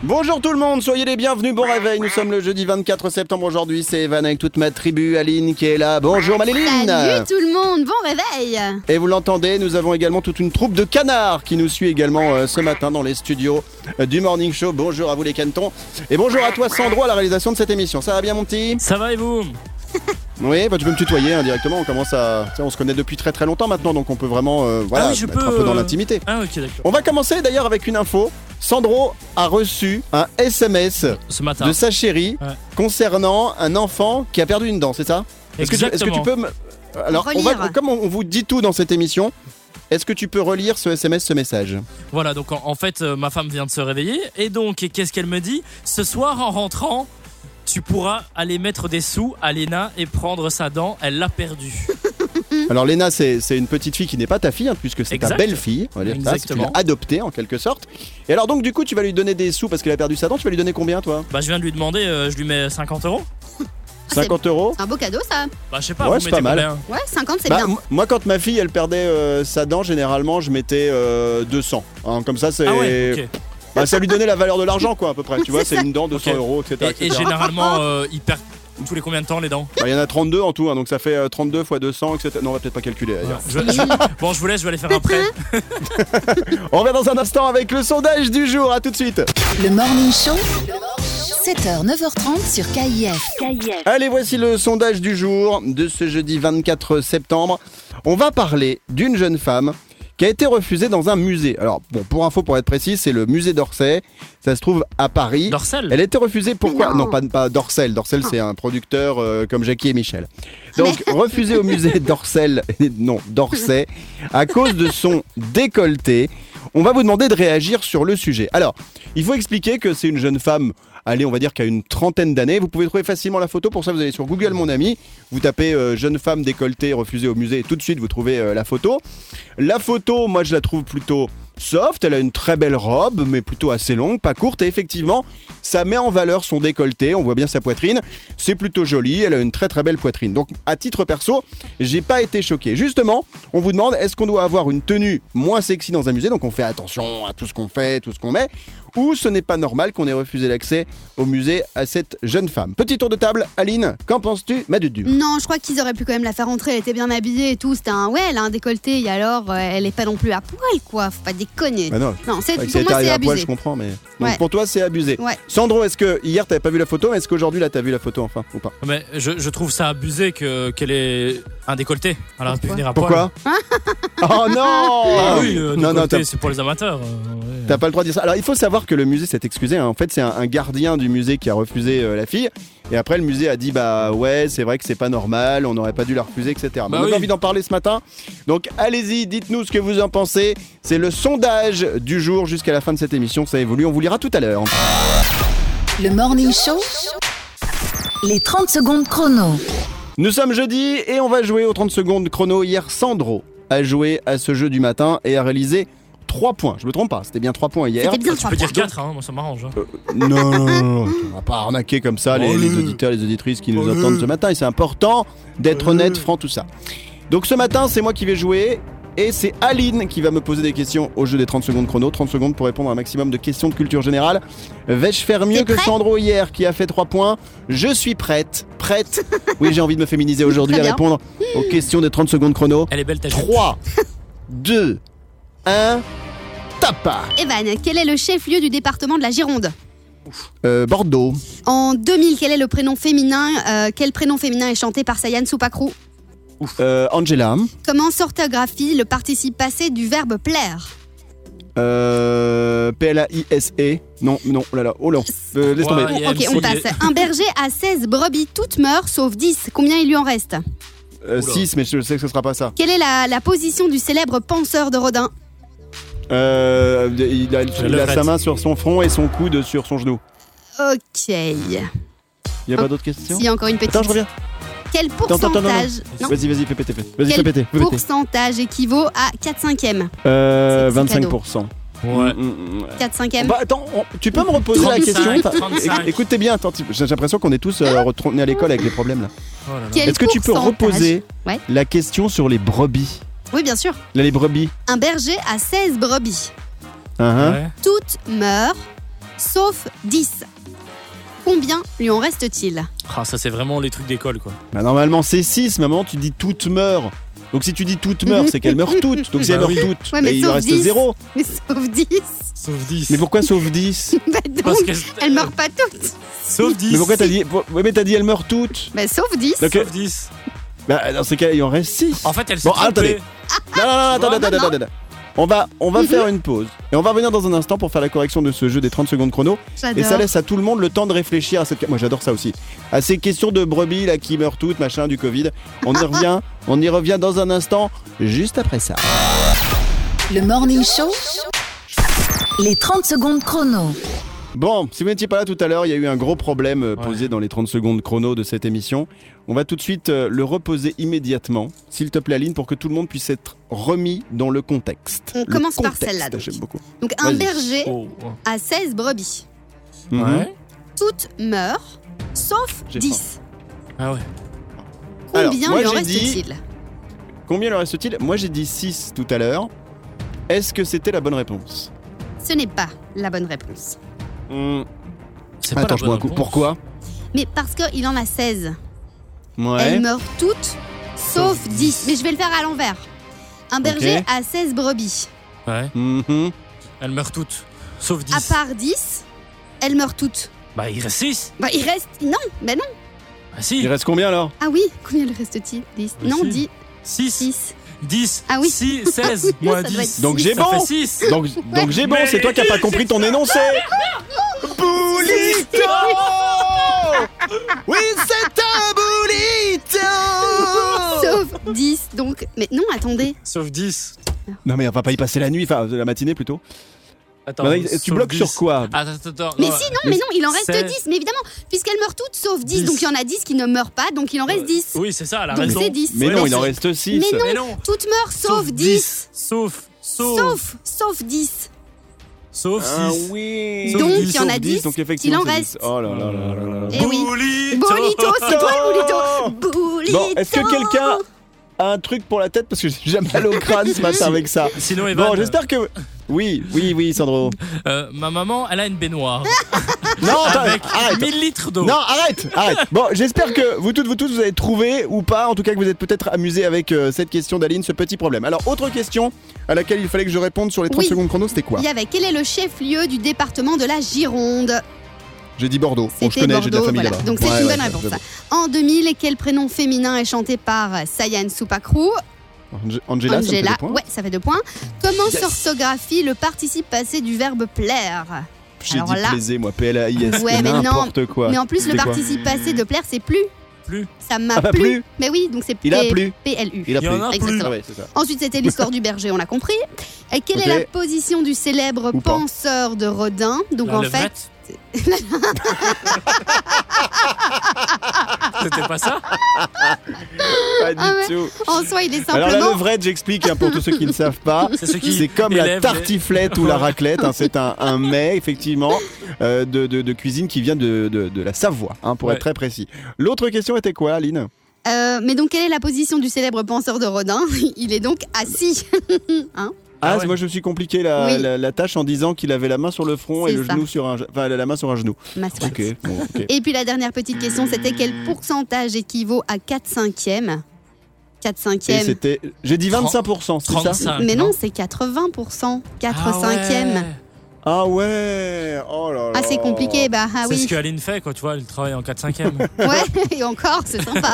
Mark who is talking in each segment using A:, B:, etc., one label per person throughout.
A: Bonjour tout le monde, soyez les bienvenus, bon réveil. Nous sommes le jeudi 24 septembre aujourd'hui. C'est Evan avec toute ma tribu, Aline qui est là. Bonjour Maléline
B: Salut tout le monde, bon réveil
A: Et vous l'entendez, nous avons également toute une troupe de canards qui nous suit également euh, ce matin dans les studios euh, du Morning Show. Bonjour à vous les canetons. Et bonjour à toi Sandro à la réalisation de cette émission. Ça va bien mon petit
C: Ça va et vous
A: Oui, bah, tu peux me tutoyer hein, directement. On commence à... tu sais, on se connaît depuis très très longtemps maintenant, donc on peut vraiment euh, voilà,
C: Ah oui, je
A: être
C: peux,
A: un peu dans
C: euh,
A: l'intimité.
C: Ah ok d'accord.
A: On va commencer d'ailleurs avec une info. Sandro a reçu un SMS
C: Ce matin.
A: de sa chérie
C: Ouais.
A: concernant un enfant qui a perdu une dent, c'est ça Est-ce que, tu- est-ce que tu
C: Exactement.
A: peux me... Alors, on va-
B: Relire.
A: comme on vous dit tout dans cette émission, est-ce que tu peux relire ce SMS, ce message
C: Voilà donc en, en fait euh, ma femme vient de se réveiller et donc qu'est-ce qu'elle me dit Ce soir en rentrant, tu pourras aller mettre des sous à Léna et prendre sa dent. Elle l'a perdue.
B: Hmm.
A: Alors, Léna, c'est c'est une petite fille qui n'est pas ta fille, hein, puisque c'est ta
C: Exact.
A: belle-fille, on va dire ça, parce que tu l'as
C: Exactement.
A: adoptée en quelque sorte. Et alors, donc, du coup, tu vas lui donner des sous parce qu'elle a perdu sa dent, tu vas lui donner combien, toi
C: bah je viens de lui demander, euh, je lui mets 50 euros.
B: Ah, c'est-
A: 50 euros
B: Un beau cadeau ça
C: Bah je sais pas.
A: Ouais,
C: vous
A: c'est
C: mettez
A: pas mal.
C: combien
B: Ouais, 50 c'est
A: Bah,
B: bien.
A: m- moi, quand ma fille, elle perdait euh, sa dent, généralement, je mettais euh, 200. hein, comme ça, c'est.
C: Ah ouais. ok.
A: Bah, ça lui donnait la valeur de l'argent, quoi, à peu près. Tu vois,
B: C'est
A: c'est
B: ça.
A: une dent, 200
C: Ok.
A: euros, etc.
C: Et, et
A: etc.
C: généralement euh, ils perdent tous les combien de temps les dents
A: Bah, Il y en a 32 en tout, hein, donc ça fait euh, 32 fois 200, etc. Non, on va peut-être pas calculer d'ailleurs.
C: Je- je- Bon je vous laisse, je vais aller faire un prêt.
A: On revient dans un instant avec le sondage du jour, à tout de suite.
D: Le Morning Show, 7h, 9h30 sur KIF.
A: Allez, voici le sondage du jour de ce jeudi 24 septembre. On va parler d'une jeune femme qui a été refusée dans un musée. Alors, bon, pour info, pour être précis, c'est le musée d'Orsay. Ça se trouve à Paris.
C: Dorsal.
A: Elle a été refusée pourquoi
B: Non.
A: Non, pas, pas Dorsel. Dorsel, c'est un producteur euh, comme Jackie et Michel. Donc, refusée au musée d'Orsel, non, d'Orsay, à cause de son décolleté. On va vous demander de réagir sur le sujet. Alors, il faut expliquer que c'est une jeune femme, allez, on va dire qu'à une trentaine d'années. Vous pouvez trouver facilement la photo. Pour ça, vous allez sur Google, mon ami. Vous tapez euh, jeune femme décolletée refusée au musée et tout de suite, vous trouvez euh, la photo. La photo, moi, je la trouve plutôt soft. Elle a une très belle robe, mais plutôt assez longue, pas courte. Et effectivement, ça met en valeur son décolleté. On voit bien sa poitrine. C'est plutôt joli. Elle a une très très belle poitrine. Donc, à titre perso, j'ai pas été choqué. Justement, on vous demande est-ce qu'on doit avoir une tenue moins sexy dans un musée Donc, on fait attention à tout ce qu'on fait, tout ce qu'on met. Ou ce n'est pas normal qu'on ait refusé l'accès au musée à cette jeune femme. Petit tour de table, Aline. Qu'en penses-tu, ma Dudu
B: Non, je crois qu'ils auraient pu quand même la faire rentrer, elle était bien habillée et tout, c'était un ouais, elle a un décolleté et alors euh, elle est pas non plus à poil quoi, faut pas déconner.
A: Bah non,
B: Non, c'est
A: C'est vrai que
B: pour
A: ça
B: moi
A: t'est
B: c'est
A: arrivé à poil,
B: abusé.
A: je comprends, mais. Donc
B: Ouais.
A: pour toi, c'est abusé.
B: Ouais.
A: Sandro, est-ce que hier t'avais pas vu la photo, mais est-ce qu'aujourd'hui là t'as vu la photo enfin ou pas
C: Mais je, je trouve ça abusé que qu'elle ait un décolleté. Elle aurait pu
B: Pourquoi
C: venir à poil.
A: Pourquoi Oh non
C: Ah oui, euh,
A: Non, non,
C: décolleté,
A: t'as-
C: c'est pour les amateurs. euh, ouais.
A: t'as pas le droit de dire ça. Alors il faut savoir que le musée s'est excusé. hein. En fait, c'est un, un gardien du musée qui a refusé euh, la fille. Et après, le musée a dit Bah ouais, c'est vrai que c'est pas normal, on n'aurait pas dû la refuser, etc. Mais on
C: Bah
A: a
C: oui.
A: pas envie d'en parler ce matin. Donc allez-y, dites-nous ce que vous en pensez. C'est le sondage du jour jusqu'à la fin de cette émission. Ça évolue, on vous lira tout à l'heure.
D: Le Morning Show, les 30 secondes chrono.
A: Nous sommes jeudi et on va jouer aux 30 secondes chrono. Hier, Sandro a joué à ce jeu du matin et a réalisé 3 points. Je me trompe pas, c'était bien 3 points hier.
B: C'était bien
C: Tu
B: trois
C: peux dire
B: points.
C: 4, hein, moi ça m'arrange. hein.
A: Non, non, non, non, on va pas arnaquer comme ça les, les auditeurs, les auditrices qui nous entendent ce matin. Et c'est important d'être honnête, franc, tout ça. Donc ce matin, c'est moi qui vais jouer. Et c'est Aline qui va me poser des questions au jeu des 30 secondes chrono. 30 secondes pour répondre à un maximum de questions de culture générale. Vais-je faire mieux
B: T'es
A: que
B: prêt
A: Sandro hier qui a fait 3 points Je suis prête. Prête. Oui, j'ai envie de me féminiser aujourd'hui à
B: Très bien.
A: répondre aux questions des 30 secondes chrono.
C: Elle est belle ta jupe.
A: 3, 2, 1, tapa.
B: Evan, quel est le chef-lieu du département de la Gironde
A: Euh, Bordeaux.
B: En 2000, quel est le prénom féminin euh, Quel prénom féminin est chanté par Sayane Soupacrou
A: Euh, Angela.
B: Comment s'orthographie le participe passé du verbe plaire
A: Euh, P-L-A-I-S-E. Non, non, oh là là, oh là. Euh, laisse tomber.
C: Ouais, Ah, il y a
B: Ok,
C: MC.
B: on passe. Un berger a 16 brebis, toutes meurent sauf 10. Combien il lui en reste
A: 6, Euh, mais je sais que ce sera pas ça.
B: Quelle est la, la position du célèbre penseur de Rodin
A: Euh, il a, il
C: le
A: a
C: fret.
A: sa main sur son front et son coude sur son genou.
B: Ok. S'il
A: Il y a pas d'autres questions
B: Ah. y a encore une petite.
A: Attends, je reviens.
B: Quel pourcentage euh, non,
A: Vas-y, vas-y, fais péter, fais- Vas-y, fais
B: Quel
A: péter, fais péter.
B: pourcentage équivaut à 4 cinquièmes
A: Euh,
B: C'est- Euh, c'est
A: 25%.
C: Ouais.
A: Mm, mm, mm.
B: 4 cinquièmes
A: Bah, attends, on- tu peux me reposer la
C: 35,
A: question t'as-
C: 35.
A: Éc- Écoute, t'es bien attentif. J'ai l'impression qu'on est tous euh, retournés à l'école avec des problèmes là.
C: Oh là là.
B: Quel
A: Est-ce que tu peux
B: pourcentage
A: reposer
B: Ouais.
A: la question sur les brebis
B: Oui, bien sûr.
A: Là, les brebis.
B: Un berger a 16 brebis.
A: Hein, hein.
C: Ouais.
B: Toutes meurent, sauf 10. Combien lui en reste-t-il
C: Ah, ça, c'est vraiment les trucs d'école, quoi.
A: Bah, normalement, c'est 6. Maman, tu dis toutes meurent. Donc, si tu dis toutes meurent, c'est qu'elles meurent toutes. Donc, si elles
C: Bah
A: meurent
C: oui.
A: toutes,
B: Ouais, mais
A: bah, il
B: sauf
A: reste
B: 10.
A: 0.
B: Mais Sauf 10
C: Sauf 10.
A: Mais pourquoi sauf 10
B: Bah donc,
C: Parce que-
B: elles meurent pas toutes
C: Sauf 10.
A: Mais pourquoi t'as dit. pour- Ouais, mais t'as dit elles meurent toutes.
B: Bah sauf 10
A: Donc,
C: Sauf ah, 10.
A: Bah, dans ces cas, il en reste 6.
B: Ah,
C: En fait, elle s'est
A: Bon,
C: trompée.
A: attendez. Non, non, non, attends,
C: Non,
A: attends,
B: non,
A: attends, attends. On va, on
B: Mhm.
A: va faire une pause et on va revenir dans un instant pour faire la correction de ce jeu des 30 secondes chrono. Et ça
B: J'adore.
A: laisse à tout le monde le temps de réfléchir à cette. Moi j'adore ça aussi. À ces questions de brebis là qui meurent toutes, machin, du Covid. On y revient, on y revient dans un instant, juste après ça.
D: Le Morning Show. Les 30 secondes chrono.
A: Bon, si vous n'étiez pas là tout à l'heure, il y a eu un gros problème euh,
C: Ouais.
A: posé dans les 30 secondes chrono de cette émission. On va tout de suite euh, le reposer immédiatement, s'il te plaît Aline, pour que tout le monde puisse être remis dans le contexte.
B: On
A: Le
B: commence par
A: contexte,
B: celle-là, donc.
A: J'aime beaucoup.
B: Donc un
A: Vas-y.
B: berger
C: Oh.
B: a 16 brebis.
A: Mhm.
C: Ouais.
B: Toutes meurent, sauf
A: J'ai
B: 10.
C: Ah ouais.
A: Alors,
B: Combien
A: moi,
B: lui en
A: j'ai dit-
B: reste-t-il
A: Combien leur reste-t-il Moi j'ai dit 6 tout à l'heure. Est-ce que c'était la bonne réponse
B: Ce n'est pas la bonne réponse.
A: Hmm,
C: C'est pas la
A: Attends, je bois un
C: bonne
A: coup.
C: réponse.
A: Pourquoi
B: Mais parce qu'il en a 16.
A: Ouais.
B: Elles meurent toutes, sauf 10. Mais je vais le faire à l'envers. Un berger
A: Ok.
B: a 16 brebis.
C: Ouais.
A: Mhm.
C: Elles meurent toutes. Sauf 10.
B: À part 10, elles meurent toutes.
C: Bah, il reste 6.
B: Bah, il reste. Non, bah non.
C: Ah si.
A: Il reste combien alors
B: Ah oui, combien le reste-t-il 10.
C: Mais
B: Non,
C: si.
B: 10.
C: 6.
B: 10.
C: 10.
B: Ah oui.
C: 6, 16. moins
B: doit être
C: 10.
A: Donc
B: six.
A: j'ai
C: Ça
A: bon
C: fait 6.
A: Donc, donc j'ai bon,
C: Mais-
A: c'est toi qui n'as pas compris ton énoncé Boulito Oui, c'est un boulito
B: Sauf 10, donc. Mais non, attendez.
C: Sauf 10.
A: Non mais on va pas y passer la nuit, enfin la matinée plutôt.
C: Attends.
A: Maintenant, tu
C: sauf
A: bloques
C: 10.
A: sur quoi
C: Attends, attends, attends.
B: Mais
C: non,
B: si, non, mais non, il en reste
C: c'est-
B: 10, mais évidemment, puisqu'elles meurent toutes sauf 10,
C: Dix.
B: donc il y en a 10 qui ne meurent pas, donc il en reste 10.
C: Oui, c'est ça, elle a
B: donc
C: raison.
B: c'est 10.
A: Mais
C: Ouais,
A: non,
C: mais
A: il en
C: c'est-
A: reste 6.
B: Mais non.
C: Mais non.
B: Toutes meurent sauf 10.
C: Sauf. Sauf.
B: Sauf, sauf 10.
C: Sauf 6.
A: Ah oui
C: Sauf
B: Donc
C: dix,
B: il y en a
A: Sauf
B: 10,
A: donc
B: il
A: effectivement
B: en
A: c'est
B: reste.
A: dix. Oh là là là là là là.
B: Eh oui.
C: Boulito.
B: Boulito, c'est toi le boulito Boulito
A: Bon, est-ce que quelqu'un a un truc pour la tête Parce que j'ai jamais mal au crâne ce matin avec ça.
C: Sinon, Evan,
A: Bon, j'espère que... Oui, oui, oui, Sandro.
C: euh, ma maman, elle a une baignoire Ah,
A: Non, attends,
C: avec
A: arrête
C: 1000 litres d'eau.
A: Non, arrête, arrête. Bon, j'espère que vous toutes, vous tous, vous avez trouvé ou pas. En tout cas, que vous êtes peut-être amusés avec euh, cette question d'Aline, ce petit problème. Alors, autre question à laquelle il fallait que je réponde sur les 30
B: Oui.
A: secondes chrono, c'était quoi
B: Il y avait quel est le chef-lieu du département de la Gironde
A: J'ai dit Bordeaux. Bon, Oh, je
B: C'était
A: connais, j'ai de la
B: Bordeaux,
A: famille
B: voilà.
A: là-bas.
B: Donc c'est
A: Ouais,
B: une
A: ouais,
B: bonne réponse.
A: j'avoue.
B: ça. En 2000, quel prénom féminin est chanté par Sayan Supakru
A: Ange- Angela, ça me fait
B: Angela,
A: des points.
B: ouais, ça fait deux points. Comment
A: Yes.
B: s'orthographie le participe passé du verbe plaire
A: J'ai
B: Alors
A: dit
B: là-
A: plaisé, moi, PLAIS.
B: Ouais, mais non.
A: n'importe quoi.
B: Mais en plus, le
A: C'était quoi
B: participe passé de plaire, c'est plus.
C: Plus.
B: Ça m'a
A: Ah, bah,
B: plu.
A: plus.
B: Mais oui, donc c'est
A: Il a
B: P-
A: plu.
B: PLU.
A: Il a
C: Il y en
A: plu.
C: a plus.
B: Exactement.
A: Ah ouais, c'est ça.
B: Ensuite, c'était l'histoire du berger, on l'a compris. Et quelle
A: Ok.
B: est la position du célèbre
A: Ou pas.
B: penseur de Rodin Donc
C: La
B: en fait,
C: levrette. C'était pas ça
A: Pas du
B: Ah ouais.
A: tout.
B: en soi, il est
A: Alors la
B: simplement.
A: levrette, j'explique hein, pour tous ceux qui ne savent pas.
C: C'est ceux qui
A: C'est comme
C: élèvent
A: la
C: les-
A: tartiflette ou la raclette. hein, c'est un, un mets, effectivement, euh, de, de- de cuisine qui vient de, de- de la Savoie, hein, pour
C: Ouais.
A: être très précis. L'autre question était quoi, Aline
B: Euh, mais donc, quelle est la position du célèbre penseur de Rodin Il est donc assis.
A: ah,
C: Ah
A: c'est-
C: ouais.
A: moi je me suis compliqué la,
B: Oui.
A: la- la tâche en disant qu'il avait la main sur le front et
B: C'est
A: le
B: ça.
A: genou sur un, enfin, la main sur un genou.
B: Ma soie.
A: Ok. bon, ok.
B: Et puis la dernière petite question, c'était quel pourcentage équivaut à 4 cinquièmes 4
A: Et
B: cinquièmes.
A: c'était, j'ai dit 25%, c'est ça
C: 35.
B: Mais non, c'est 80%. 4
C: Ah
B: cinquièmes.
A: Ah ouais. Oh là là.
B: Ah, c'est compliqué, bah ah
C: c'est
B: oui.
C: ce que Aline fait, quoi, tu vois, elle travaille en 4 5
B: Ouais, et encore, c'est sympa.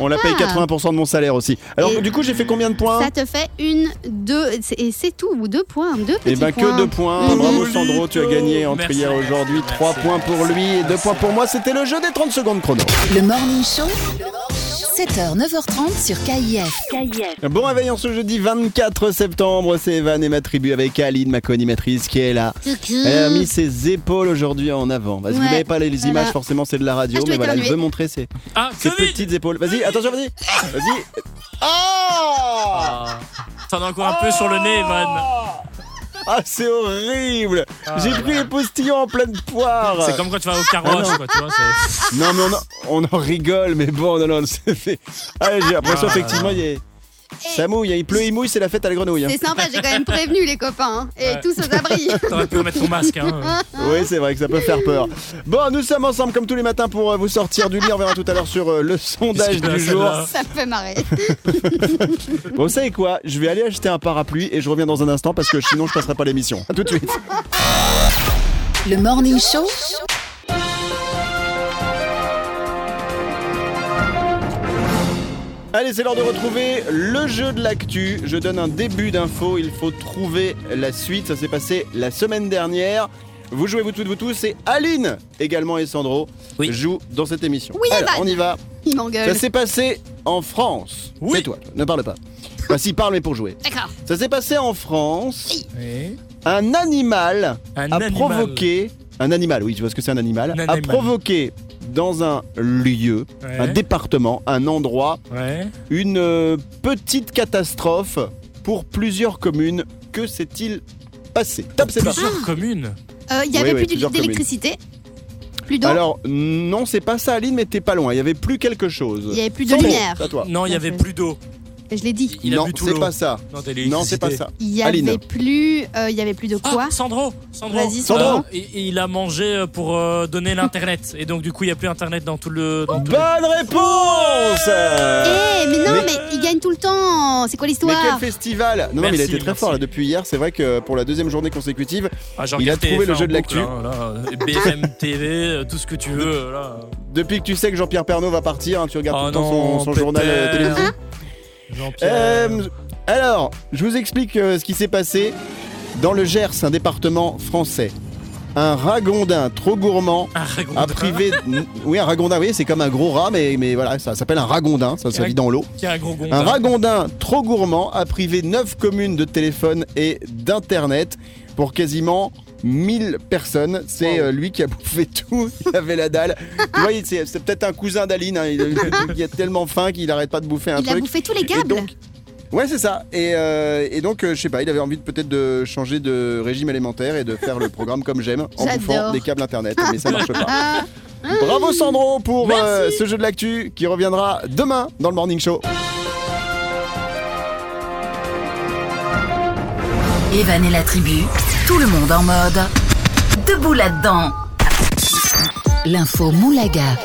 A: On l'a paye
B: Ah.
A: 80% de mon salaire aussi. Alors
B: Et-
A: du coup j'ai fait combien de points
B: Ça te fait une, deux, c'est- et c'est tout, ou deux points, deux petits
A: Et ben
B: points.
A: que deux points.
B: Mhm.
A: Bravo Sandro, tu as gagné entre
C: Merci.
A: hier et aujourd'hui.
C: Merci.
A: Trois points pour lui et deux
C: Merci.
A: points pour moi. C'était le jeu des 30 secondes chrono.
D: Le Morning Show. 7h, 9h30 sur KIF.
A: Bon réveil en ce jeudi 24 septembre, c'est Evan et ma tribu avec Aline, ma co-animatrice, qui est là. Elle a mis ses épaules aujourd'hui en avant. Vas-y, vous
B: Ouais,
A: n'avez pas les
B: voilà.
A: images, forcément c'est de la radio,
B: Ah, je
A: mais
B: dois
A: voilà, elle
B: éternuer.
A: veut montrer ses,
C: Ah,
A: ses
C: Covid
A: petites épaules. Vas-y, attention, vas-y Vas-y Ah
C: Ah, T'en as encore un peu sur le nez, Evan.
A: Ah, c'est horrible J'ai pris les postillons en pleine poire
C: Ah, C'est comme quand tu vas au
A: Ah
C: carrosse, quoi, tu vois. c'est-
A: Non, mais on en, on en rigole, mais bon, non, non, c'est fait. Allez, j'ai l'impression,
C: Ah.
A: effectivement, il est... ça mouille, hein, il pleut, il mouille, c'est la fête à la grenouille. hein.
B: C'est sympa, j'ai quand même prévenu les copains. hein. Et
C: Ouais.
B: tous aux abris.
C: T'aurais pu remettre ton masque, hein.
A: Oui, c'est vrai que ça peut faire peur. Bon, nous sommes ensemble comme tous les matins pour euh, vous sortir du lit. On verra tout à l'heure sur euh, le sondage
C: Qu'est-ce que
A: du
C: c'est,
A: jour.
C: là
B: Ça me fait marrer.
A: Bon, vous savez quoi Je vais aller acheter un parapluie et je reviens dans un instant parce que sinon je passerai pas l'émission. À tout de suite.
D: Le Morning Show,
A: Allez, c'est l'heure de retrouver le jeu de l'actu. Je donne un début d'info. Il faut trouver la suite. Ça s'est passé la semaine dernière. Vous jouez vous toutes, vous tous. Et Aline, également et Sandro,
C: Oui.
A: jouent dans cette émission.
B: Oui, Euh,
A: Alors,
B: Evan.
A: on y va.
B: Il
A: Ça
B: m'engueule.
A: s'est passé en France.
C: Oui.
A: C'est toi, ne parle pas. Bah si, parle mais pour jouer.
B: D'accord.
A: Ça s'est passé en France. Un animal
C: Un
A: a
C: animal.
A: provoqué. Un animal, oui, tu vois ce que c'est un animal.
C: Un
A: a
C: animal.
A: provoqué dans un lieu,
C: Ouais.
A: un département, un endroit,
C: Ouais.
A: une euh, petite catastrophe pour plusieurs communes. Que s'est-il passé Top, c'est parti.
C: Plusieurs communes.
B: Euh, Il
A: Oui,
B: n'y avait
A: oui,
B: plus
A: plusieurs
B: d'é- d'électricité. Plus d'eau.
A: Alors, non, c'est pas ça, Aline, mais t'es pas loin. Il y avait plus quelque chose.
B: Il y avait plus de
A: Sandro,
B: lumière.
A: c'est à toi.
C: Non, il y avait plus d'eau.
B: Je l'ai dit.
C: Il a
A: non,
C: bu tout
A: c'est
C: l'eau.
A: pas ça.
C: Non,
A: Non, c'est pas ça.
B: Il y
A: Aline.
B: avait plus. euh, Il y avait plus de
C: Ah,
B: quoi
C: Sandro, Sandro,
B: Vas-y,
C: Euh,
A: Sandro.
C: il, il a mangé euh, pour euh, donner l'internet et donc du coup il n'y a plus internet dans tout le. Dans tout le-
A: Bonne réponse
B: Eh, mais non, mais il gagne tout le temps. C'est quoi
A: Ah. Mais quel
B: l'histoire
A: festival Non, non, mais il a
C: Merci,
A: été très
C: merci.
A: fort là depuis hier. C'est vrai que pour la deuxième journée consécutive,
C: Ah, j'ai
A: il a
C: regardé
A: trouvé le
C: TF1
A: jeu de
C: en boucle,
A: l'actu.
C: hein, là, euh, BFM TV, euh, tout ce que tu veux. euh, Là.
A: depuis que tu sais que Jean-Pierre Pernaud va partir, hein, tu regardes
C: Oh
A: tout le temps
C: non,
A: son, son journal
C: Peter.
A: euh, télévisé.
C: Jean-Pierre.
A: Euh, alors, je vous explique euh, ce qui s'est passé dans le Gers, un département français. Un ragondin trop gourmand
C: un ragondin
A: a privé. oui, un ragondin, vous voyez, c'est comme un gros rat, mais, mais voilà, ça s'appelle un ragondin, ça, ça vit dans l'eau.
C: qui a un gros gondin.
A: Un ragondin trop gourmand a privé 9 communes de téléphone et d'internet pour quasiment 1000 personnes. C'est
C: Wow.
A: euh, lui qui a bouffé tout, il avait la dalle. Vous voyez, c'est c'est peut-être un cousin d'Aline, hein, il, il a tellement faim qu'il n'arrête pas de bouffer un
B: Il a
A: truc.
B: bouffé tous les
A: Et
B: câbles.
A: donc- Ouais, c'est ça. Et, euh, et donc, euh, je sais pas, il avait envie de- peut-être de changer de régime alimentaire et de faire le programme comme j'aime en
B: J'adore.
A: bouffant des câbles internet, mais ça marche pas.
B: Ah,
A: Bravo Sandro pour
C: Merci.
A: euh, ce jeu de l'actu qui reviendra demain dans le Morning Show.
D: Evan et la tribu, tout le monde en mode. Debout là-dedans. L'info Moulaga.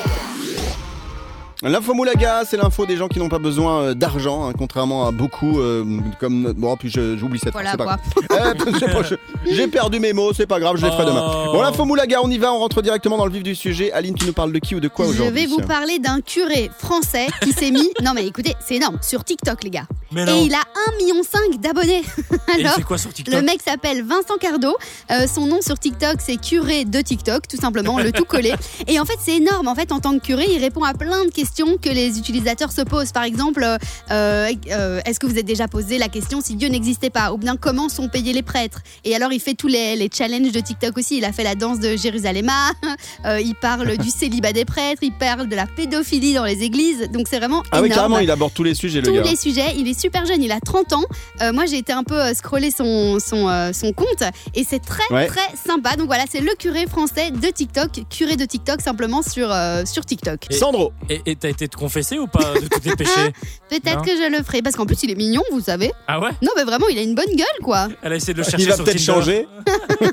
A: L'info Moulaga, c'est l'info des gens qui n'ont pas besoin euh, d'argent, hein, contrairement à beaucoup euh, comme bon puis je- j'oublie cette
B: Voilà
A: phrase, c'est pas
B: quoi.
A: grave. Euh, c'est pas- je- J'ai perdu mes mots, c'est pas grave, je les ferai demain.
C: Oh.
A: Bon l'info Moulaga, on y va, on rentre directement dans le vif du sujet. Aline, tu nous parles de qui ou de quoi
B: Je
A: aujourd'hui
B: vais vous parler d'un curé français qui s'est mis. Non, mais écoutez, c'est énorme. Sur TikTok, les gars.
C: Mais
B: Et
C: non.
B: il a 1,5 million d'abonnés.
C: Et il
B: Alors,
C: fait quoi sur
B: Le
C: TikTok
B: mec s'appelle Vincent Cardo. Euh, son nom sur TikTok, c'est curé de TikTok, tout simplement, le tout collé. Et en fait, c'est énorme. En fait, en tant que curé, il répond à plein de questions que les utilisateurs se posent. Par exemple, euh, euh, est-ce que vous êtes déjà posé la question si Dieu n'existait pas Ou bien comment sont payés les prêtres Et alors, il fait tous les, les challenges de TikTok aussi. Il a fait la danse de Jérusalem. Euh, il parle du célibat des prêtres. Il parle de la pédophilie dans les églises. Donc, c'est vraiment
A: Ah oui,
B: énorme
A: carrément, il aborde tous les sujets, le
B: tous
A: gars.
B: les sujets. Il est super jeune, il a 30 ans. Euh, moi, j'ai été un peu euh, scroller son, son, euh, son compte et c'est très,
A: Ouais.
B: très sympa. Donc voilà, c'est le curé français de TikTok, curé de TikTok simplement sur, euh, sur TikTok.
C: Et-
A: Sandro,
C: Et et t'as été te confesser ou pas de tous tes péchés
B: Peut-être
C: Non.
B: que je le ferai parce qu'en plus, il est mignon, vous savez.
C: Ah ouais
B: Non, mais vraiment, il a une bonne gueule, quoi.
C: Elle a essayé de le chercher
A: il va
C: sur
A: peut-être
C: Tinder.
A: changer.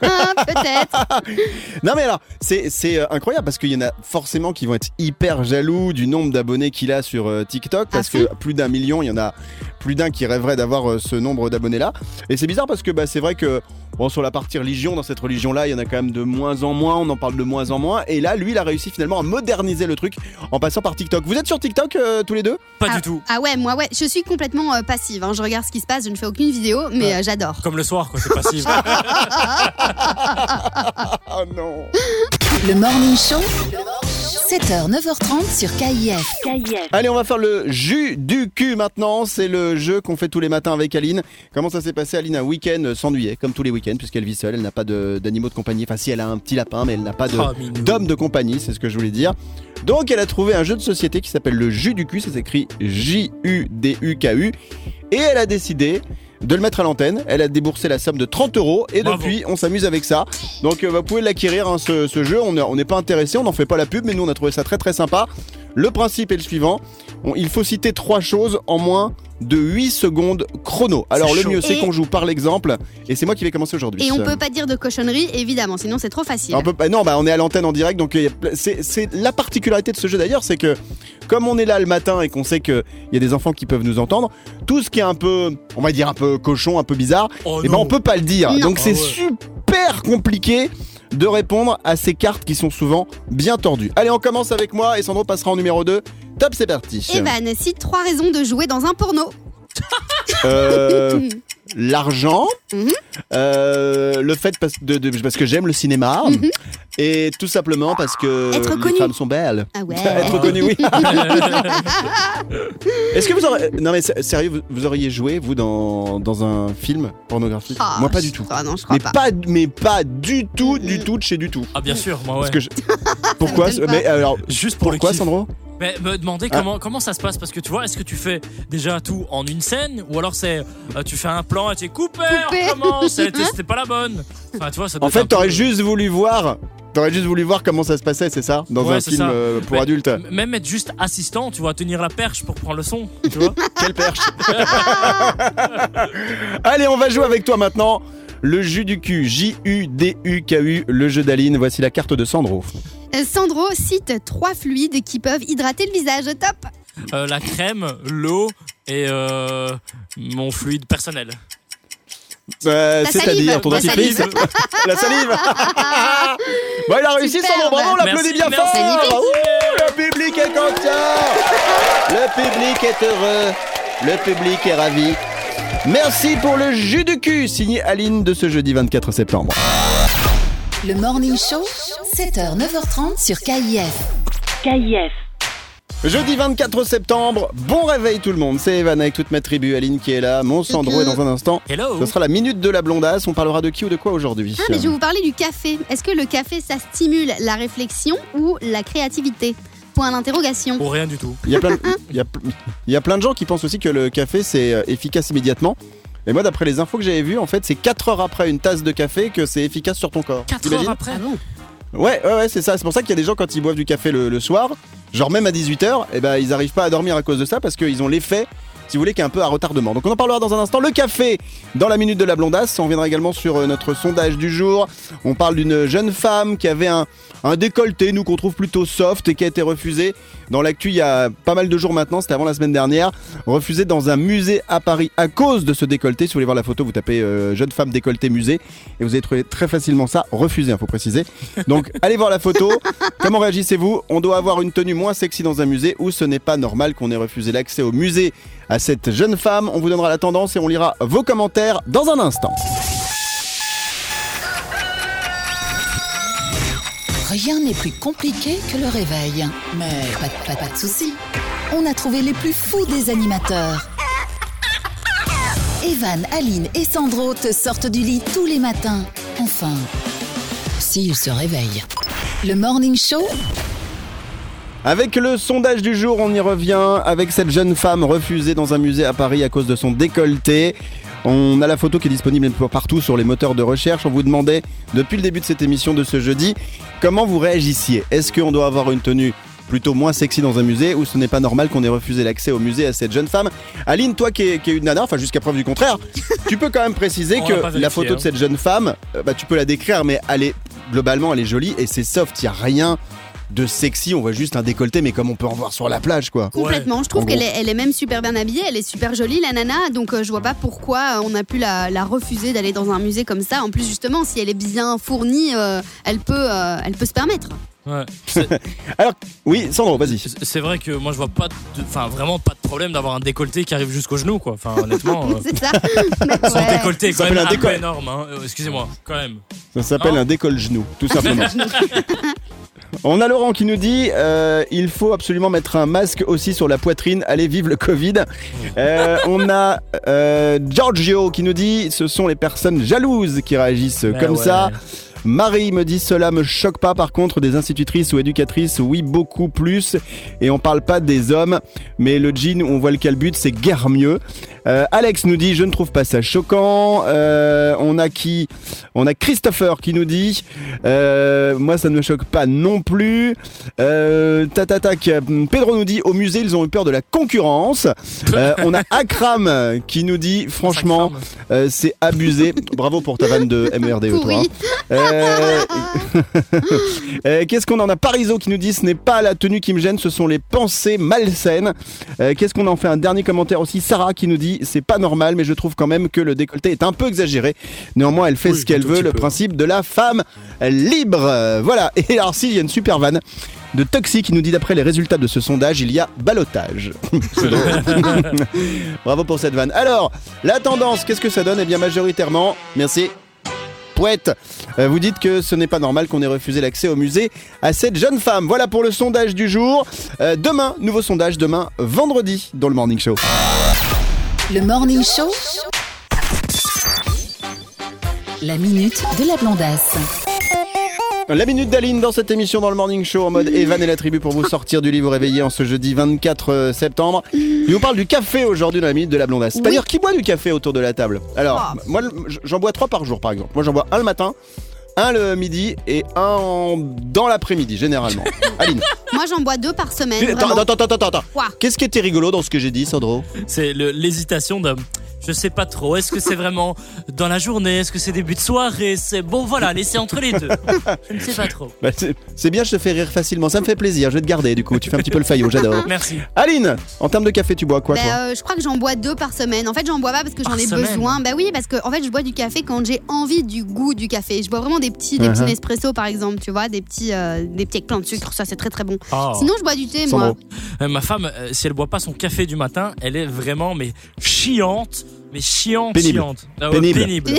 B: Ah, Peut-être.
A: Non mais alors, c'est c'est, euh, incroyable parce qu'il y en a forcément qui vont être hyper jaloux du nombre d'abonnés qu'il a sur euh, TikTok parce
B: fond.
A: que plus d'un million, il y en a plus d'un qui rêverait d'avoir euh, ce nombre d'abonnés là. Et c'est bizarre parce que bah, c'est vrai que bon, sur la partie religion, dans cette religion là, il y en a quand même de moins en moins, on en parle de moins en moins. Et là, lui, il a réussi finalement à moderniser le truc en passant par TikTok. Vous êtes sur TikTok euh, tous les deux
C: Pas du tout.
B: Ah ouais, moi, ouais, je suis complètement euh, passive. hein. Je regarde ce qui se passe, je ne fais aucune vidéo, mais euh, j'adore.
C: Comme le soir, quoi, t'es passif.
A: Ah non
D: Le Morning Show, 7h, 9h30 sur KIF.
A: Allez, on va faire le jus du cul maintenant. C'est le jeu qu'on fait tous les matins avec Aline. Comment ça s'est passé Aline un week-end euh, s'ennuyait, comme tous les week-ends, puisqu'elle vit seule. Elle n'a pas de- d'animaux de, compagnie. Enfin, si elle a un petit lapin, mais elle n'a pas de-
C: Oh, minou.
A: d'homme de compagnie, c'est ce que je voulais dire. Donc, elle a trouvé un jeu de société qui s'appelle le jus du cul. Ça s'écrit J-U-D-U-K-U. Et elle a décidé de le mettre à l'antenne. Elle a déboursé la somme de 30 euros. Et
C: Bravo.
A: depuis, on s'amuse avec ça. Donc, euh, bah, vous pouvez l'acquérir, hein, ce, ce jeu. On n'est on n'est pas intéressé, on n'en fait pas la pub, mais nous, on a trouvé ça très très sympa. Le principe est le suivant. On- il faut citer trois choses en moins de 8 secondes chrono. Alors le
C: chaud.
A: mieux c'est
B: Et-
A: qu'on joue par l'exemple et c'est moi qui vais commencer aujourd'hui.
B: Et on
A: Euh,
B: peut pas dire de cochonnerie, évidemment, sinon c'est trop facile.
A: on peut pas- non, bah on est à l'antenne en direct, donc euh, y a ple- c'est c'est la particularité de ce jeu d'ailleurs, c'est que comme on est là le matin et qu'on sait qu'il y a des enfants qui peuvent nous entendre, tout ce qui est un peu, on va dire un peu cochon, un peu bizarre,
C: Oh
A: et ben
C: non.
A: on peut pas le dire.
B: Non.
A: Donc
C: Ah
A: c'est
C: ouais.
A: super compliqué de répondre à ces cartes qui sont souvent bien tordues. Allez, on commence avec moi et Sandro passera en numéro 2. Top, c'est parti.
B: Evan, cite trois raisons de jouer dans un porno.
A: Euh,
B: Mhm.
A: l'argent,
B: Mhm.
A: euh, le fait parce, de, de- parce que j'aime le cinéma
B: Mhm.
A: et tout simplement parce que
B: Être
A: les
B: connu.
A: femmes sont belles.
B: Ah ouais.
A: Être connu, oui. Est-ce que vous auriez... Non mais sé- sérieux, vous, vous auriez joué, vous, dans, dans un film pornographique
B: Ah,
A: Moi, pas
B: je-
A: du tout.
B: Ah non, je crois
A: Mais
B: pas.
A: pas. mais pas du tout, du
B: Mhm.
A: tout, de chez du tout.
C: Ah bien sûr, moi ouais.
A: Parce que je- Pourquoi
B: m'étonne
A: ce- Mais alors,
C: Juste pour
A: pourquoi,
C: le kiff.
A: Sandro
C: Mais me demander
A: Ah.
C: comment, comment ça se passe parce que tu vois, est-ce que tu fais déjà tout en une scène ou alors c'est euh, tu fais un plan et tu es coupé,
B: Coupé.
C: on recommence, elle était- c'était pas la bonne. Enfin, tu vois, ça doit
A: En
C: être
A: fait,
C: un peu-
A: t'aurais juste voulu voir... T'aurais juste voulu voir comment ça se passait, c'est ça Dans
C: Ouais,
A: un
C: c'est
A: film
C: ça.
A: euh, pour
C: Mais-
A: adultes.
C: M- Même être juste assistant, tu vois, tenir la perche pour prendre le son, tu vois.
A: Quelle perche Allez, on va jouer avec toi maintenant. Le jus du cul, J-U-D-U-K-U, le jeu d'Aline. Voici la carte de Sandro.
B: Euh, Sandro cite trois fluides qui peuvent hydrater le visage. Top.
C: Euh, la crème, l'eau et euh, mon fluide personnel.
A: Euh,
B: La
A: C'est-à-dire
B: salive,
A: ton
B: la
A: dentifrice
B: salive.
A: La salive Bon, il a réussi,
B: Superbe.
A: Sandro, bravo, on l'applaudit bien
C: Merci, merci.
A: fort Ouh, Le public est content Le public est heureux Le public est ravi Merci pour le jus du cul, signé Aline de ce jeudi 24 septembre.
D: Le Morning Show, 7h, 9h30 sur KIF.
E: KIF.
A: Jeudi 24 septembre, bon réveil tout le monde, c'est Evan avec toute ma tribu, Aline qui est là, mon Sandro est dans un instant.
C: Hello.
A: Ce sera la minute de la blondasse, on parlera de qui ou de quoi aujourd'hui
B: Ah, mais je vais vous parler du café. Est-ce que le café, ça stimule la réflexion ou la créativité Point d'interrogation.
C: Ou rien du tout.
A: Il y, a plein de, il, y a, pl- il y a plein de gens qui pensent aussi que le café c'est euh, efficace immédiatement. Et moi d'après les infos que j'avais vues, en fait c'est 4 heures après une tasse de café que c'est efficace sur ton corps.
C: 4
A: T'imagines
C: heures après.
A: Ouais, ouais, ouais, c'est ça. C'est pour ça qu'il y a des gens quand ils boivent du café le, le soir, genre même à 18h, et ben ils arrivent pas à dormir à cause de ça parce qu'ils ont l'effet, si vous voulez, qui est un peu à retardement. Donc on en parlera dans un instant. Le café dans la minute de la blondasse. On reviendra également sur euh, notre sondage du jour. On parle d'une jeune femme qui avait un, un décolleté, nous qu'on trouve plutôt soft et qui a été refusée dans l'actu il y a pas mal de jours maintenant. C'était avant la semaine dernière. Refusée dans un musée à Paris à cause de ce décolleté. Si vous voulez voir la photo, vous tapez euh, jeune femme décolleté musée et vous allez trouver très facilement ça. Refusé, il faut préciser. Donc allez voir la photo. Comment réagissez-vous On doit avoir une tenue moins sexy dans un musée ou ce n'est pas normal qu'on ait refusé l'accès au musée à cette jeune femme. On vous donnera la tendance et on lira vos commentaires dans un instant.
D: Rien n'est plus compliqué que le réveil. Mais pas, de- pas, pas de soucis. On a trouvé les plus fous des animateurs. Evan, Aline et Sandro te sortent du lit tous les matins. Enfin, s'ils se réveillent. Le Morning Show,
A: Avec le sondage du jour, on y revient avec cette jeune femme refusée dans un musée à Paris à cause de son décolleté. On a la photo qui est disponible un peu partout sur les moteurs de recherche. On vous demandait depuis le début de cette émission de ce jeudi comment vous réagissiez. Est-ce qu'on doit avoir une tenue plutôt moins sexy dans un musée ou ce n'est pas normal qu'on ait refusé l'accès au musée à cette jeune femme Aline, toi qui es, qui es une nana, enfin jusqu'à preuve du contraire, tu peux quand même préciser
C: On
A: que
C: l'a pas vérifié,
A: la photo
C: hein.
A: de cette jeune femme, euh, bah, tu peux la décrire, mais elle est globalement elle est jolie et c'est soft, il n'y a rien de sexy, on voit juste un décolleté, mais comme on peut en voir sur la plage, quoi.
B: Complètement. Je trouve
A: En
B: qu'elle
A: gros.
B: est, elle est même super bien habillée, elle est super jolie, la nana. Donc euh, je vois pas pourquoi euh, on a pu la, la refuser d'aller dans un musée comme ça. En plus, justement, si elle est bien fournie, euh, elle peut, euh, elle peut se permettre.
C: Ouais.
A: Oui, Sandro, vas-y.
C: C'est c'est vrai que moi je vois pas, de- enfin vraiment pas de problème d'avoir un décolleté qui arrive jusqu'au genou quoi. Enfin honnêtement, euh,
B: C'est ça. Mais
C: son
B: ouais.
C: décolleté est
A: Ça s'appelle
C: quand même
A: un
C: un peu
A: décoll-
C: énorme. hein. Euh, Excusez-moi, quand même.
A: Ça s'appelle
C: Non.
A: un décolle genou, tout simplement. On a Laurent qui nous dit euh, il faut absolument mettre un masque aussi sur la poitrine. Allez, vive le Covid. Euh, on a euh, Giorgio qui nous dit ce sont les personnes jalouses qui réagissent
C: Ben
A: Euh, comme
C: ouais.
A: ça. Marie me dit cela me choque pas par contre des institutrices ou éducatrices oui beaucoup plus et on parle pas des hommes mais le jean où on voit le calbut c'est guère mieux Euh, Alex nous dit je ne trouve pas ça choquant Euh, on a qui on a Christopher qui nous dit euh, moi ça ne me choque pas non plus euh, tatatac Pedro nous dit au musée ils ont eu peur de la concurrence Euh, on a Akram qui nous dit franchement euh, c'est abusé bravo pour ta vanne de MRD toi, hein.
B: Pourri.
A: Euh, euh, Qu'est-ce qu'on en a Pariso qui nous dit ce n'est pas la tenue qui me gêne, ce sont les pensées malsaines. Euh, Qu'est-ce qu'on en fait Un dernier commentaire aussi, Sarah qui nous dit c'est pas normal, mais je trouve quand même que le décolleté est un peu exagéré. Néanmoins, elle fait
E: Oui,
A: ce qu'elle
E: un tout petit
A: veut, le
E: peu.
A: principe de la femme libre. Euh, Voilà. Et alors, s'il y a une super vanne de Toxy qui nous dit d'après les résultats de ce sondage, il y a balotage. Bravo pour cette vanne. Alors, la tendance, qu'est-ce que ça donne Eh bien, majoritairement, merci. Poète, Euh, vous dites que ce n'est pas normal qu'on ait refusé l'accès au musée à cette jeune femme. Voilà pour le sondage du jour. Euh, demain, nouveau sondage, demain, vendredi, dans le Morning Show.
D: Le Morning Show. La minute de la blondasse.
A: Euh, La minute d'Aline dans cette émission dans le Morning Show en mode Evan et la tribu pour vous sortir du livre réveillé en ce jeudi 24 septembre. Il vous parle du café aujourd'hui dans la minute de la blondasse. D'ailleurs, qui boit du café autour de la table Alors, moi, j'en bois trois par jour par exemple. Moi, j'en bois un le matin, un le midi et un en- dans l'après-midi généralement. Aline,
B: Moi, j'en bois deux par semaine.
A: tu- attends,
B: vraiment.
A: attends, attends, attends, attends.
B: Quoi
A: Qu'est-ce qui était rigolo dans ce que j'ai dit, Sandro
C: C'est le- l'hésitation de. Je sais pas trop. Est-ce que c'est vraiment dans la journée Est-ce que c'est début de soirée C'est bon, voilà, laissez entre les deux. Je ne sais pas trop.
A: Bah, c'est- C'est bien, je te fais rire facilement. Ça me fait plaisir. Je vais te garder du coup. Tu fais un petit peu le faillot, j'adore.
C: Merci.
A: Aline, en termes de café, tu bois quoi
B: Bah,
A: toi
B: euh, je crois que j'en bois deux par semaine. En fait, j'en bois pas parce que j'en
C: Par
B: ai
C: semaine
B: besoin. Bah oui, parce que en fait, je bois du café quand j'ai envie du goût du café. Je bois vraiment des petits, des
A: Uh-huh.
B: petits Nespresso par exemple, tu vois, des petits, euh, des petits avec plein de sucre. Ça, c'est très très bon. Sinon, je bois du thé,
A: Oh. Sans
B: moi.
A: mots.
C: Oh. Euh, ma femme, euh, si elle boit pas son café du matin, elle est vraiment mais chiante, mais chiante,
A: Pénible.
C: chiante, Ah
A: Pénible.
C: pénible.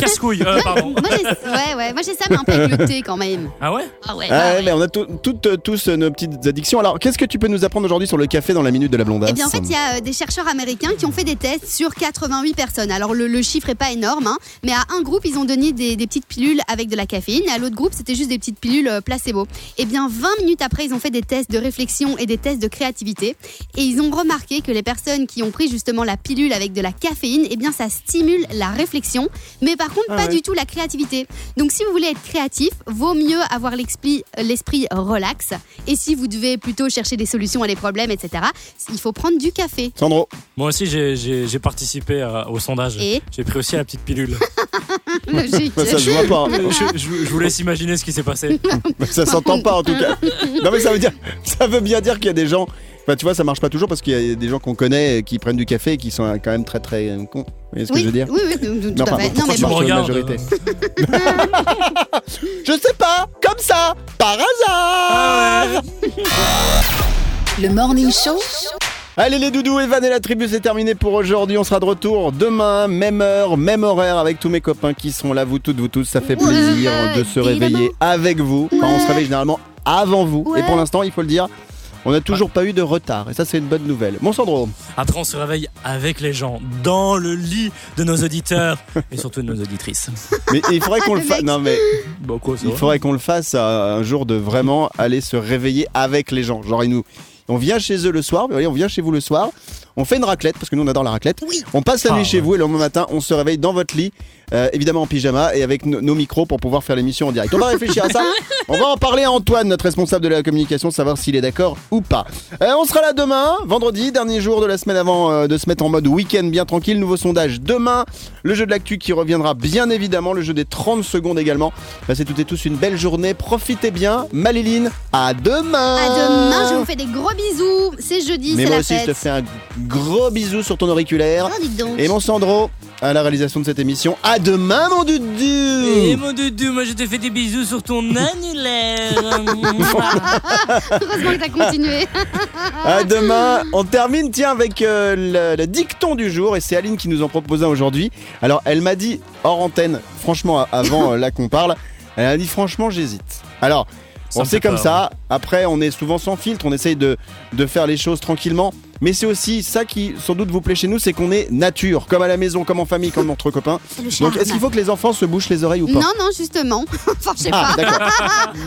C: casse-couille. Euh, pardon.
B: Moi, j'ai ouais, ouais. Moi, j'ai ça, mais un peu avec le thé quand même.
C: Ah ouais
B: Ah ouais.
A: Ah
B: bah
A: ouais,
B: ouais.
A: mais on a tout- toutes euh, tous euh, nos petites addictions. Alors, qu'est-ce que tu peux nous apprendre aujourd'hui sur le café dans la minute de la blondasse
B: Eh bien, en fait, il y a euh, des chercheurs américains qui ont fait des tests sur 88 personnes. Alors, le, le chiffre est pas énorme, hein, mais à un groupe, ils ont donné des, des petites pilules avec de la caféine, et à l'autre groupe, c'était juste des petites pilules euh, placebo. Eh bien, 20 minutes après, ils ont fait des tests de réflexion et des tests de créativité, et ils ont remarqué que les personnes qui ont pris justement la pilule avec de la caféine, eh bien, ça stimule la réflexion, mais par contre,
A: Ah
B: pas
A: ouais.
B: du tout la créativité. Donc, si vous voulez être créatif, vaut mieux avoir l'expli- euh, l'esprit relax. Et si vous devez plutôt chercher des solutions à des problèmes, etc., il faut prendre du café.
A: Sandro,
C: Moi aussi, j'ai- j'ai j'ai participé à- au sondage.
B: Et
C: J'ai pris aussi la petite pilule.
B: Logique.
A: bah, ça se voit pas. hein.
C: je, je- je vous laisse imaginer ce qui s'est passé.
A: Bah, ça s'entend pas en tout cas. Non mais ça veut dire, ça veut bien dire qu'il y a des gens. Bah, tu vois, ça marche pas toujours parce qu'il y a des gens qu'on connaît euh, qui prennent du café et qui sont euh, quand même très très euh, cons. Vous voyez ce que
B: oui,
A: je veux dire
B: oui, oui, tout
A: Non,
B: à
A: pardon,
B: fait. Non,
A: pourquoi
B: mais
A: tu
C: bon.
A: me regardes
C: Je me euh,
A: majorité Je sais pas, comme ça, par hasard
D: Le Morning Show.
A: Allez les doudous, Evan et la tribu, c'est terminé pour aujourd'hui. On sera de retour demain, même heure, même horaire, avec tous mes copains qui sont là, vous toutes, vous tous. Ça fait
B: Ouais,
A: plaisir de se
B: évidemment.
A: réveiller avec vous. Enfin, on se réveille généralement avant vous. Et
B: Ouais.
A: pour l'instant, il faut le dire, on n'a toujours pas eu de retard. Et ça, c'est une bonne nouvelle. Mon Sandro,
C: Après, on se réveille avec les gens, dans le lit de nos auditeurs et surtout de nos auditrices.
A: mais il faudrait qu'on le fasse.
B: mec.
A: Non, mais
C: Bon, quoi, ça
A: il
C: va
A: faudrait qu'on le fasse euh, un jour de vraiment aller se réveiller avec les gens. Genre, ils nous. On vient chez eux le soir, vous voyez, on vient chez vous le soir, on fait une raclette, parce que nous on adore la raclette, on passe la
C: Ah,
A: nuit chez
C: ouais.
A: vous et le lendemain matin on se réveille dans votre lit, euh, évidemment en pyjama et avec no- nos micros pour pouvoir faire l'émission en direct. On va réfléchir à ça, on va en parler à Antoine, notre responsable de la communication, savoir s'il est d'accord ou pas. Euh, on sera là demain, vendredi, dernier jour de la semaine avant euh, de se mettre en mode week-end bien tranquille, nouveau sondage demain, le jeu de l'actu qui reviendra bien évidemment, le jeu des 30 secondes également. Passez toutes et tous une belle journée, profitez bien, Maléline, à demain
B: À demain, je vous fais des gros bisous. C'est jeudi,
A: mais
B: c'est
A: moi
B: la
A: aussi,
B: fête.
A: je te fais un gros bisou sur ton auriculaire.
B: Oh, dites donc.
A: Et mon Sandro, à la réalisation de cette émission. À demain, mon
C: Et
A: dudu
C: Eh, mon doudou, moi je te fais des bisous sur ton annulaire. Mouah.
B: Heureusement que t'as continué. Ah,
A: À Euh, demain
B: hum.
A: On termine, tiens, avec euh, le, le dicton du jour. Et c'est Aline qui nous en propose un aujourd'hui. Alors, elle m'a dit, hors antenne, franchement, a- avant euh, là qu'on parle, elle a dit, franchement, j'hésite. Alors,
C: Ça
A: On
C: me
A: sait
C: fait
A: comme
C: peur. hein.
A: ça. Après, on est souvent sans filtre, on essaye de, de faire les choses tranquillement. Mais c'est aussi ça qui, sans doute, vous plaît chez nous, c'est qu'on est nature, comme à la maison, comme en famille, comme entre copains.
B: C'est le charme.
A: Donc, est-ce qu'il faut que les enfants se bouchent les oreilles ou pas
B: Non, non, justement. enfin, je sais pas.
A: Ah, d'accord.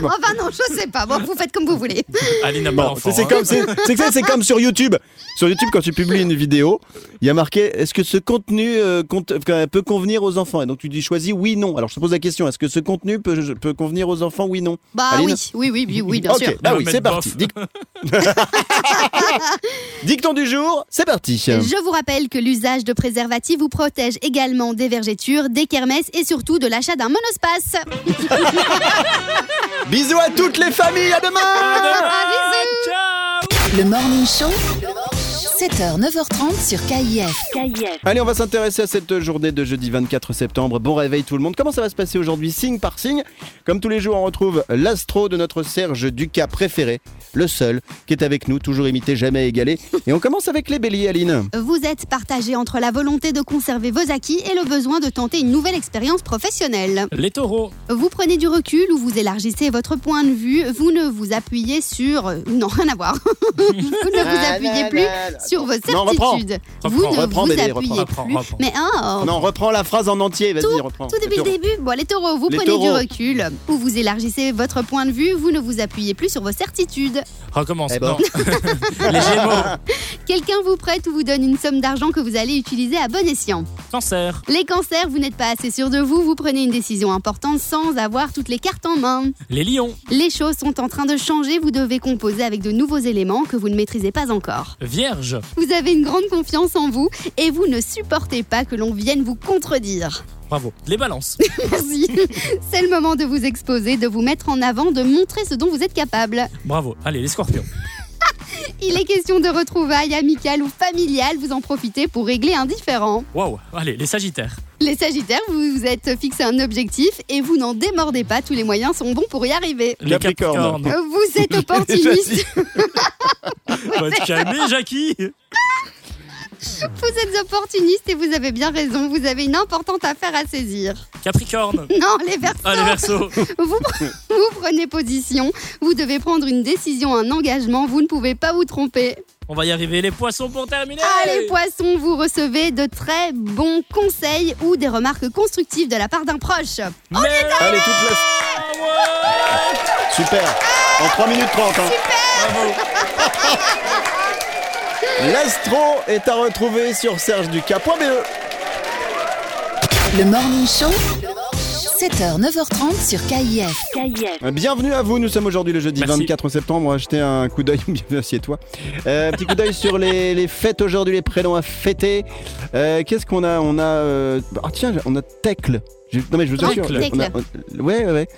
B: Enfin, non, je sais pas. Bon, vous faites comme vous voulez.
C: Aline n'a pas
A: Bon,
C: d'enfant.
A: c'est
C: hein.
A: comme, c'est- c'est que ça, c'est comme sur YouTube. Sur YouTube, quand tu publies une vidéo, il y a marqué est-ce que ce contenu euh, compte- euh, peut convenir aux enfants Et donc tu dis choisis oui non. Alors je te pose la question est-ce que ce contenu peut, peut convenir aux enfants oui non
B: Bah
A: Aline
B: oui, oui, oui, oui, oui, bien
A: Ok,
B: sûr.
A: bah
C: On va
A: oui,
C: mettre
A: c'est parti.
C: bof.
A: Dic- Dicton du jour, c'est parti.
B: Je vous rappelle que l'usage de préservatifs vous protège également des vergetures, des kermesses et surtout de l'achat d'un monospace.
A: Bisous à toutes les familles, à demain
C: Ah, ciao
D: Le Morning Show, 7h, 9h30 sur KIF.
A: Allez, on va s'intéresser à cette journée de jeudi 24 septembre. Bon réveil tout le monde. Comment ça va se passer aujourd'hui, signe par signe Comme tous les jours, on retrouve l'astro de notre Serge Ducas préféré, le seul, qui est avec nous, toujours imité, jamais égalé. Et on commence avec les béliers, Aline.
B: Vous êtes partagé entre la volonté de conserver vos acquis et le besoin de tenter une nouvelle expérience professionnelle.
C: Les taureaux,
B: Vous prenez du recul ou vous élargissez votre point de vue, vous ne vous appuyez sur... euh, Non, rien à voir. vous ne vous appuyez plus sur vos
A: Ah, Non, reprends.
B: certitudes.
C: Reprends,
B: vous ne
A: reprends,
B: vous
A: bébé,
B: appuyez
A: reprends.
C: Reprends,
B: plus.
C: reprends.
B: Mais oh,
A: Non, reprends la phrase en entier, vas-y, reprends.
B: Tout depuis le début, bon, les taureaux, vous
A: Les
B: prenez
A: taureaux.
B: du recul ou vous élargissez votre point de vue, vous ne vous appuyez plus sur vos certitudes.
C: recommence.
A: Eh ben.
C: Non. les gémeaux,
B: Quelqu'un vous prête ou vous donne une somme d'argent que vous allez utiliser à bon escient.
C: cancer,
B: Les cancers, vous n'êtes pas assez sûr de vous, vous prenez une décision importante sans avoir toutes les cartes en main.
C: les lions,
B: Les choses sont en train de changer, vous devez composer avec de nouveaux éléments que vous ne maîtrisez pas encore.
C: vierge,
B: Vous avez une grande confiance en vous et vous ne supportez pas que l'on vienne vous contredire.
C: bravo. Les balances,
B: Merci. C'est le moment de vous exposer, de vous mettre en avant, de montrer ce dont vous êtes capable.
C: bravo. Allez, les scorpions,
B: Il est question de retrouvailles amicales ou familiales, vous en profitez pour régler un différent.
C: waouh. Allez, les sagittaires,
B: Les Sagittaires, vous vous êtes fixé un objectif et vous n'en démordez pas, tous les moyens sont bons pour y arriver.
C: les
A: Capricorne.
C: capricornes.
B: Euh, Vous êtes opportuniste,
C: Va te calmer, Jackie.
B: vous êtes opportuniste et vous avez bien raison, vous avez une importante affaire à saisir.
C: Capricorne,
B: Non, les Verseaux,
C: ah les versos,
B: vous, pre- vous prenez position, vous devez prendre une décision, un engagement, vous ne pouvez pas vous tromper.
C: on va y arriver. Les poissons pour terminer.
B: Ah, les poissons, vous recevez de très bons conseils ou des remarques constructives de la part d'un proche.
C: Mais-
A: Allez, toute la...
C: Ah, ouais.
A: Super En 3 minutes 30. hein.
B: Ah,
C: Ah, Bravo.
A: L'astro est à retrouver sur sergeducas.be.
D: Le Morning Show, 7h, 9h30 sur KIF.
A: Bienvenue à vous, nous sommes aujourd'hui le jeudi
C: Merci.
A: 24 septembre, on va jeter un coup d'œil, bienvenue assieds-toi, Euh, petit coup d'œil sur les, les fêtes aujourd'hui, les prénoms à fêter, Euh, qu'est-ce qu'on a On a, euh, ah tiens, on a Tecle, J'ai- non mais je vous
B: Ah,
A: assure,
B: Tecle.
A: on a- on- ouais ouais ouais,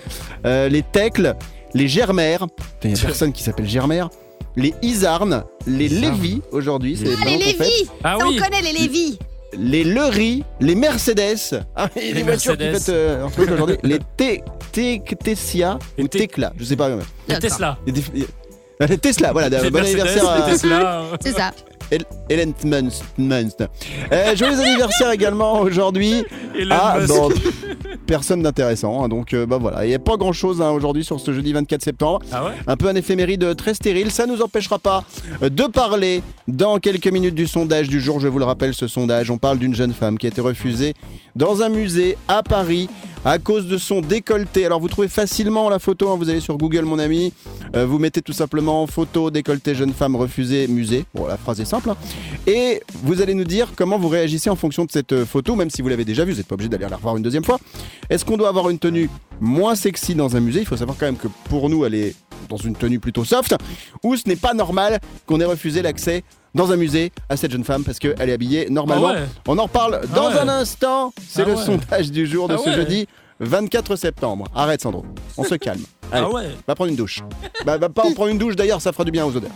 A: Euh, les Tecles, les Germères, il n'y a personne qui s'appelle Germère, les Isarnes, les
C: Isarnes.
A: Lévis aujourd'hui, c'est les
B: Ah, les
A: prénoms qu'on fête.
B: Lévis
C: Ah
B: Ça,
C: oui,
B: On connaît les Lévis
A: les Lery, les Mercedes, ah, et les,
C: Les
A: voitures qui
C: Mercedes.
A: fêtent euh, un truc aujourd'hui, les T- T- Tessia
C: Les
A: ou
C: T-
A: Tecla, je sais pas.
C: les Tesla.
A: Il y a des- il y a- Ah, Tesla, voilà,
C: Les
A: bon
C: Mercedes,
A: anniversaire euh,
C: les
A: à
C: Tesla.
B: C'est ça.
A: Hel- Helen Munst. Munst. Euh, joyeux anniversaire également aujourd'hui.
C: Et le
A: Ah,
C: Musk.
A: bon, personne d'intéressant, hein, donc euh, bah voilà, il n'y a pas grand chose aujourd'hui sur ce jeudi 24 septembre.
C: Ah ouais
A: Un peu un éphéméride euh, très stérile, ça nous empêchera pas euh, de parler dans quelques minutes du sondage du jour. Je vous le rappelle, ce sondage, on parle d'une jeune femme qui a été refusée dans un musée à Paris à cause de son décolleté. Alors vous trouvez facilement la photo, hein, vous allez sur Google mon ami, euh, vous mettez tout simplement photo, décolleté, jeune femme refusée, musée. Bon, la phrase est simple. hein. Et vous allez nous dire comment vous réagissez en fonction de cette euh, photo, même si vous l'avez déjà vue, vous n'êtes pas obligé d'aller la revoir une deuxième fois. Est-ce qu'on doit avoir une tenue moins sexy dans un musée Il faut savoir quand même que pour nous, elle est dans une tenue plutôt soft, ou ce n'est pas normal qu'on ait refusé l'accès dans un musée à cette jeune femme parce qu'elle est habillée normalement.
C: Ah ouais.
A: On en parle dans
C: ouais.
A: un instant. C'est
C: Ah
A: le
C: ouais.
A: sondage du jour de
C: Ah
A: ce
C: ouais.
A: jeudi 24 septembre. Arrête Sandro, on se calme. Allez,
C: Ah ouais
A: va prendre une douche. bah, va pas en prendre une douche d'ailleurs, ça fera du bien aux odeurs.